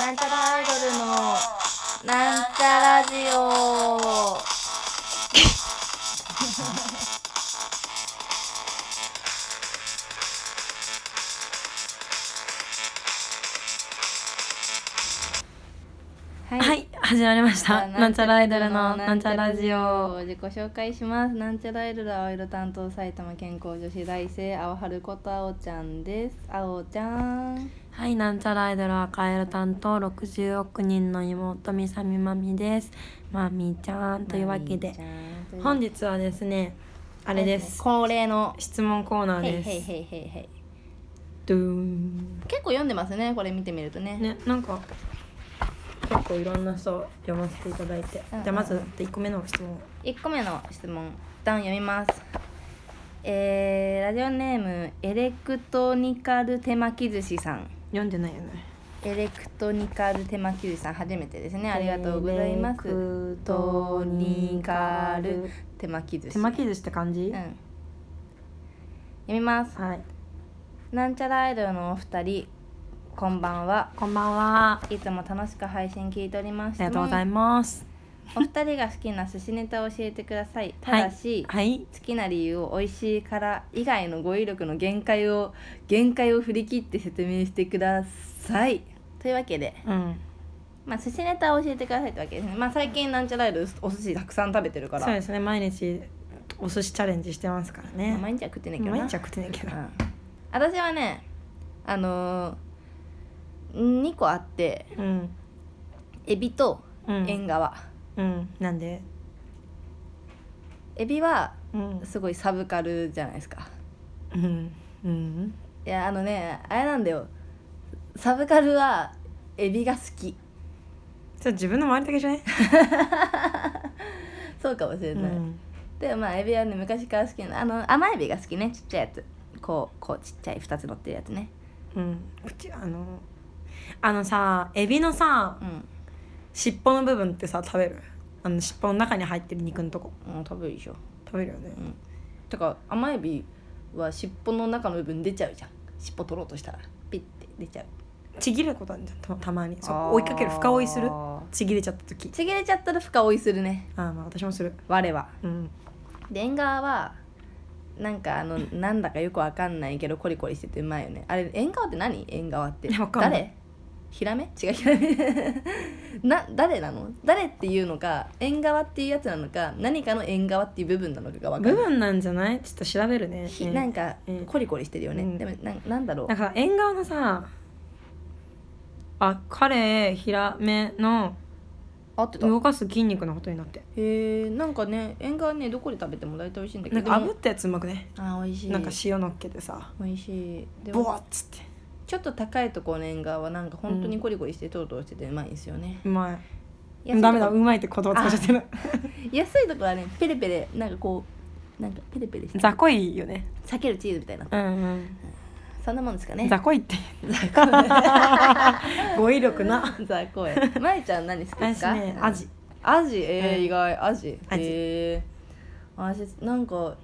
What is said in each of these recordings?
なんちゃらアイドルのなんちゃラジオははい、始まりました。なんちゃらアイドルのなんちゃラらラジオ。自己紹介しますなんちゃらアイドル青色担当埼玉健康女子大生青春こと青ちゃんです青ちゃんはい、なんちゃらアイドル赤色担当60億人の妹みさみまみです。まみちゃんというわけで、本日日はですね、あれです。恒例の質問コーナーへいへでいす。へいへいへいドゥーン。結構読んでますねこれ見てみるとねね、なんか結構いろんな人を読ませていただいて、うんうんじゃあまず1個目の質問。 1個目の質問一旦読みますえー、ラジオネームエレクトニカル手巻き寿司さん読んでないよね。エレクトニカル手巻き寿司さん初めてですねありがとうございますエレクトニカル手巻き寿司手巻き寿司って感じ？うん読みますはい。なんちゃらアイドルのお二人こんばんはこんばんは。あいつも楽しく配信聞いておりますりがとうございます。お二人が好きな寿司ネタを教えてくださいたはいだし、はい。好きな理由を美味しいから以外の語彙力の限界を限界を振り切って説明してくださいというわけでうん。まあ寿司ネタを教えてくださいってわけですねまあ最近なんちゃらいるお寿司たくさん食べてるからそうですね。毎日お寿司チャレンジしてますからまあね。毎日は食ってないけどな毎日は食ってないけど。うん私はねあのー、2個あってうん。エビとうん。縁側、うん。なんで？エビはうん。すごいサブカルじゃないですかうん。うん。いやあのねあれなんだよサブカルはエビが好きそれ自分の周りだけじゃね？そうかもしれうない、ん。でまあエビはね昔から好きなあの甘エビが好きねちっちゃいやつこうこうちっちゃい2つ乗ってるやつねうん。口あのあのさエビのさうん尻尾の部分ってさ食べる？あの尻尾の中に入ってる肉のとこうん食べるでしょ食べるよね。てか甘エビは尻尾の中の部分出ちゃうじゃん尻尾取ろうとしたらピッて出ちゃうちぎることあるじゃんたたまに。そう追いかける深追いする？あちぎれちゃった時ー。ちぎれちゃったら深追いするねあーまあ私もする。我はうん。で縁側はなんかあ のなんだかよくわかんないけどコリコリしててうまいよねあれ縁側って何縁側ってわかんない誰ヒラメ違うヒラメ な誰なの誰っていうのか縁側っていうやつなのか何かの縁側っていう部分なのかがわか部んない分なんじゃない？ちょっと調べるね。ひうんなんかうんコリコリしてるよね、うんでもなんなんだろうなんか縁側のさあ彼ヒラメの合ってたへ動かす筋肉のことになってえんかね縁側ねどこで食べても大体美味しいんだけなどんかでも炙ったやつうまくねあー美味しいなんか塩のっけてさ美味しいでボもワッつってちょっと高いところの縁側はなんか本当にコリコリしてトロトロしててうまいんですよね、うま安いといこダメだうまいって言葉使っちゃってる安いとこはねペレペレなんかこうなんかペレペレして雑魚いよね裂けるチーズみたいなうんそんなもんですかうんね雑魚いって 語彙力な ザコエまゆちゃん何好きです私かねアジアジえーうん意外アジアジえー、私なんか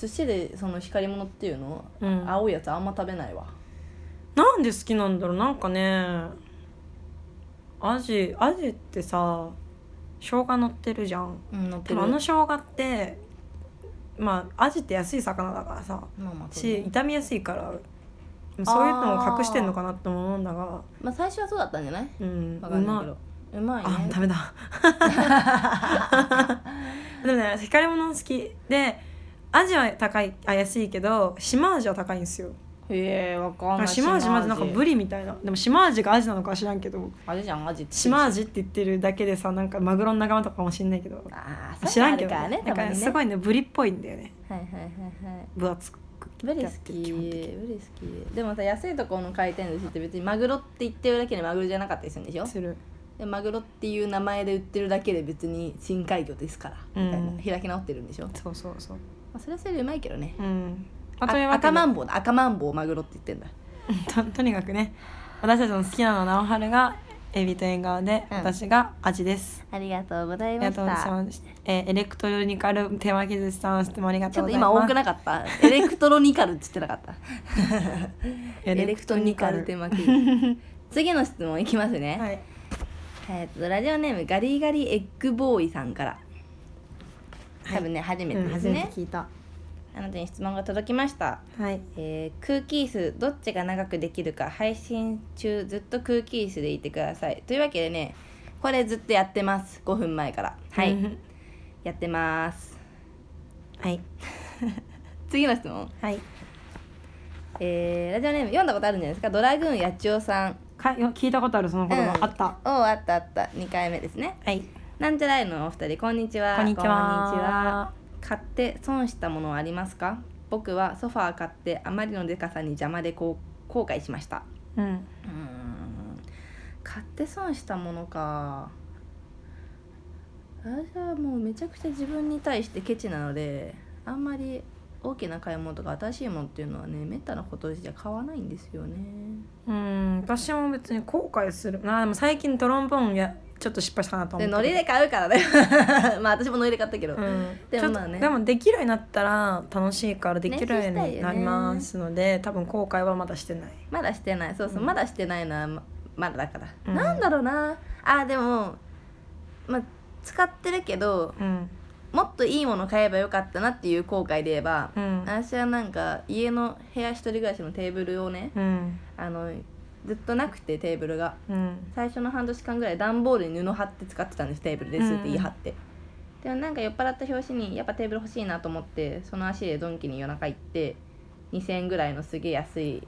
寿司でその光り物っていうの、うん青いやつあんま食べないわなんで好きなんだろうなんかねアジアジってさ生姜乗ってるじゃんうん乗ってでるもあの生姜ってまあアジって安い魚だからさまあまあそうしね傷みやすいからそういうのを隠してんのかなって思うんだがまあ最初はそうだったんじゃないうんうわかんないまけいどうまいあね ダメだでもね光り物好きでアジは高いあ安いけど島アジは高いんですよへえわかんななんいか島アジまずなんかブリリみたいなでも島アジがアジなのかは知らんけどあれじゃんアジって島アジって言ってるだけでさなんかマグロの仲間とかかもしんないけどああ知らんけどからねただかまにねらすごいねブリっぽいんだよねはいはいはいはい分厚くブリ好きブ基本的にリ好きでもさ安いところの回転寿司って別にマグロって言ってるだけでマグロじゃなかったりするんでしょするでマグロっていう名前で売ってるだけで別に深海魚ですからみたいな、うん開き直ってるんでしょ、まそうそうそうあ、それはそれでうまいけどねうんまあというあわけで赤マンボウだ赤マンボウマグロって言ってんだととにかくね私たちの好きなのは直春がエビと縁側で、うん私がアジですありがとうござあいりがとうございます、えーエレクトロニカル手巻き寿司さん質問ありがちとょうっごとざい今ます多くなか ったエレクトロニカルって言ってなかったエレクトニカル手巻巻き次の質問いきますね、はいえっとラジオネームガリガリエッグボーイさんから多分ね、初めてうんです初めねて、聞いたあなたに質問が届きましたはいえー空気椅子どっちが長くできるか配信中ずっと空気椅子でいてくださいというわけでねこれずっとやってます5分前からはい、うんやってますはい次の質問はいえーラジオネーム読んだことあるんじゃないですかドラグーン八千代さんかよ聞いたことあるその言葉、うんあったおうあったあった2回目ですねはいなんちゃらいのお二人こんにちはこんにこんにちはちは買って損したものはありますか僕はソファー買ってあまりのでかさに邪魔でこう後悔しましたうんうーん買って損したものか私はもうめちゃくちゃ自分に対してケチなのであんまり大きな買い物とか新しいものっていうのはねめったなことじゃ買わないんですよねうん私も別に後悔するなでも最近トロンボーンやちょっと失敗したなと思でってノリで買うからね まあ私もノリで買ったけど、うん、でちょもっとまあねでもできるようになったら楽しいからできるようになりますので、多分後悔はまだしてないまだしてないそうそう、うんまだしてないのはままだだから、うんなんだろうなあでもまあ使ってるけどうんもっといいもの買えばよかったなっていう後悔で言えば、うん私はなんか家の部屋一人暮らしのテーブルをねうんあのずっとなくてテーブルがうん最初の半年間ぐらい段ボールに布貼って使ってたんですテーブルですって言い張って、でもなんか酔っ払った拍子にやっぱテーブル欲しいなと思ってその足でドンキに夜中行って2,000円ぐらいのすげえ安い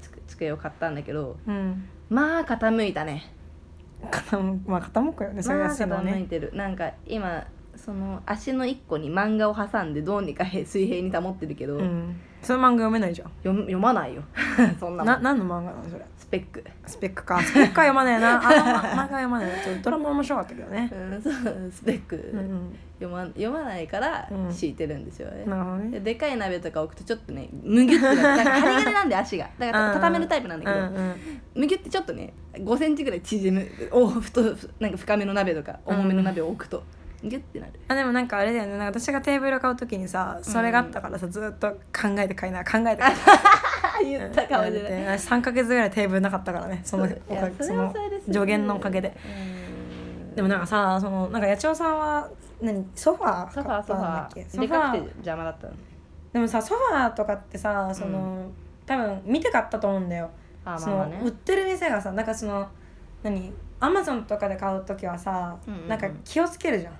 つく机を買ったんだけどうんまあ傾いたね傾くまあ傾くよねそれまあ安いのは傾いね、てるなんか今その足の一個に漫画を挟んでどうにかへ水平に保ってるけど、うんその漫画読めないじゃん読む読まないよ そんなもんな何の漫画なのそれスペックスペックかスペックは読まないなあのま漫画読まないなちょっとドラマ面白かったけどねうん そうスペック、うん、読ま読まないからうん敷いてるんですよねうん、、なるほどでねでかい鍋とか置くとちょっとねむぎゅってなるなんか針金なんで足がだからうん畳めるタイプなんうだけどんうんむぎゅってちょっとね5センチぐらい縮むおふとふなんか深めの鍋とか重めの鍋を置くとギュってなるあでもなんかあれだよねなんか私がテーブル買う時にさそれがあったからさ、ずっと考えて買いな考えて買いなあ 言ったかもしれない私3か月ぐらいテーブルなかったからねそのそうおいかやげそそれはのそれですね助言のおかげでうんでもなんかさそのなんか八千代さんは何ソファーソファーソフだァっけーでかくて邪魔だったのでもさソファーとかってさその、う多分見て買ったと思うんだよあその、売ってる店がさなんかその何アマゾンとかで買う時はさ、うんうんうんなんか気をつけるじゃん、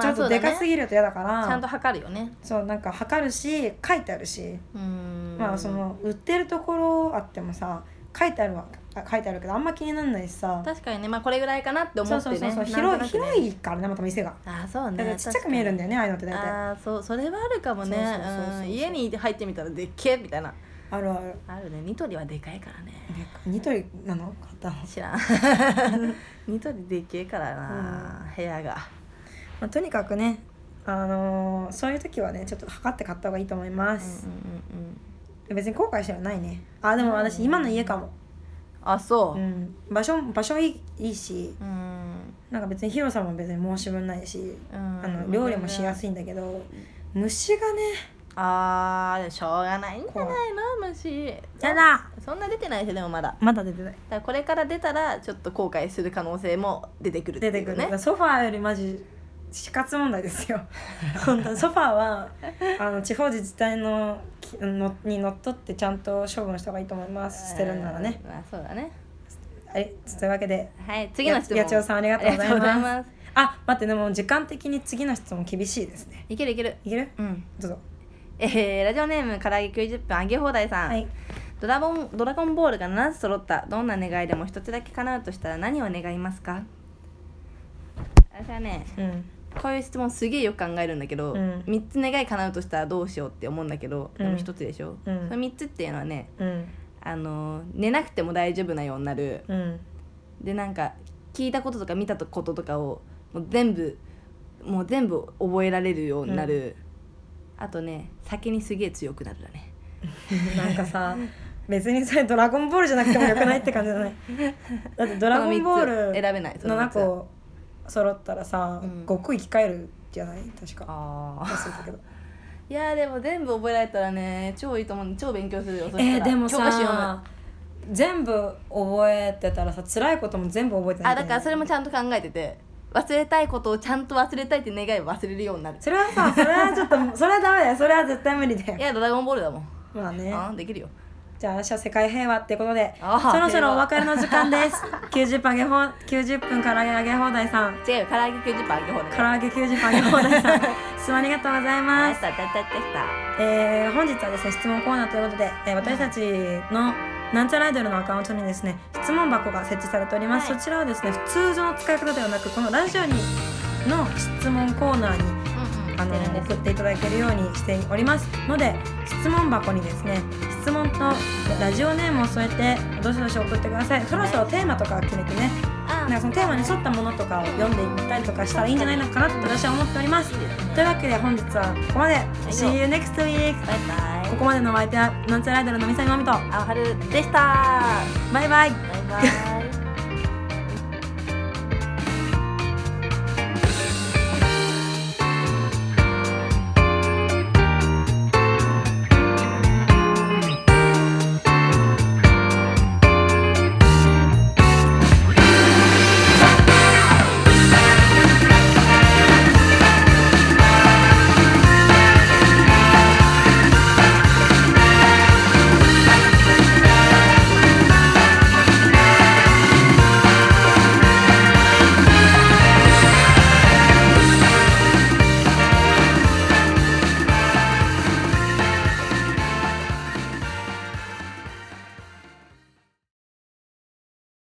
あちょっとでかすぎぎると嫌だからちゃんと測るよねそうなんか測るし書いてあるし、うんまあその売ってるところあってもさ書いてあるわあ書いてあるけどあんま気にならないしさ確かにねまあこれぐらいかなって思そうってそうねそうそうなんと広ないくね広いからねまた店があそうだかねらちっちゃく見えるんだよねああいうのって大確かに体あーそうそれはあるかもねそうそうそううそうん家に入ってみたらでっけえみたいなあるあるあるねニトリはでかいからねねニトリなの買ったの、知らん ニトリでっけえからな、部屋がまあ、とにかくねあのーそういう時はねちょっと測って買った方がいいと思いますう、んうんうんうん別に後悔してはないねあでも私今の家かも、、あそううん場所場所いいいいしうんなんか別に広さも別に申し分ないしうんあの料理もしやいすいんだけど虫がねあーでもしょうがないんじゃないの虫やだそんな出てないしでもまだだかまだ出てないらこれから出たらちょっと後悔する可能性も出てくるっていう出てくる、ねソファーよりマジ死活問題です よ本当にソファーはあの地方自治体のきのにのっとってちゃんと処分した方がいいと思います捨てるんならねうんまあそうだねはいというわけではい次の質問や八千代さんありがとうございますありがとうございますあ待ってでも時間的に次の質問厳しいですねいけるいけるいけるうんどうぞえー、ラジオネーム唐揚げ90分揚げ放題さん、はいドラゴンドラゴンボールが7つ揃ったどんな願いでも一つだけ叶うとしたら何を願いますか私はねうんこういう質問すげえよく考えるんだけど、うん三3つ願い叶うとしたらどうしようって思うんだけどでうもん一つでしょ、うんその3つっていうのはねうんあのー寝なくても大丈夫なようになるうんでなんか聞いたこととか見たこととかをもう全部もう全部覚えられるようになる、あとね酒にすげえ強くなるだねなんかさ別にそれドラゴンボールじゃなくてもよくないって感じじゃないだってドラゴンボこのー三つル選べないその7三つは個揃ったらさ、うん悟空生き返るじゃない確かあ忘れたけど いやーでも全部覚えられたらね超いいと思うんで超勉強するよそしたらえーでも教科書読さ全部覚えてたらさ辛いことも全部覚えてないあだからそれもちゃんと考えてて忘れたいことをちゃんと忘れたいって願いを忘れるようになるそれはさそれはちょ っとそれはダメだよそれは絶対無理だいよやドラゴンボールだもんまあねあーできるよじゃあ明日世界平和ってことであーそろそろお別れの時間です 90, 上げ放90分から揚げ放題さん違うよ唐揚げ90パーあげ放題唐揚げ90分揚げ放題さん 質問ありがとうございあまっすたあったあったあったえー本日はですね質問コーナーということで、えー私たちのなんちゃらアイドルのアカウントにですね質問箱が設置されております、はいそちらはですね普通の使い方ではなくこのラジオにの質問コーナーにあうんのうんしてるん送でっていただけるようにしておりますので質問箱にですね質問とラジオネームを添えてどしどし送ってくださいそろそろテーマとか決めてねすあなんかそのテーマに沿ったものとかを読んでいったりとかしたらいいんじゃないのかなと私は思っておりますいいですねというわけで本日はここまで See you next week バイバイここまでのお相手はなんちゃらアイドルのみさみまみとあおはるでしたバイバイバイバイ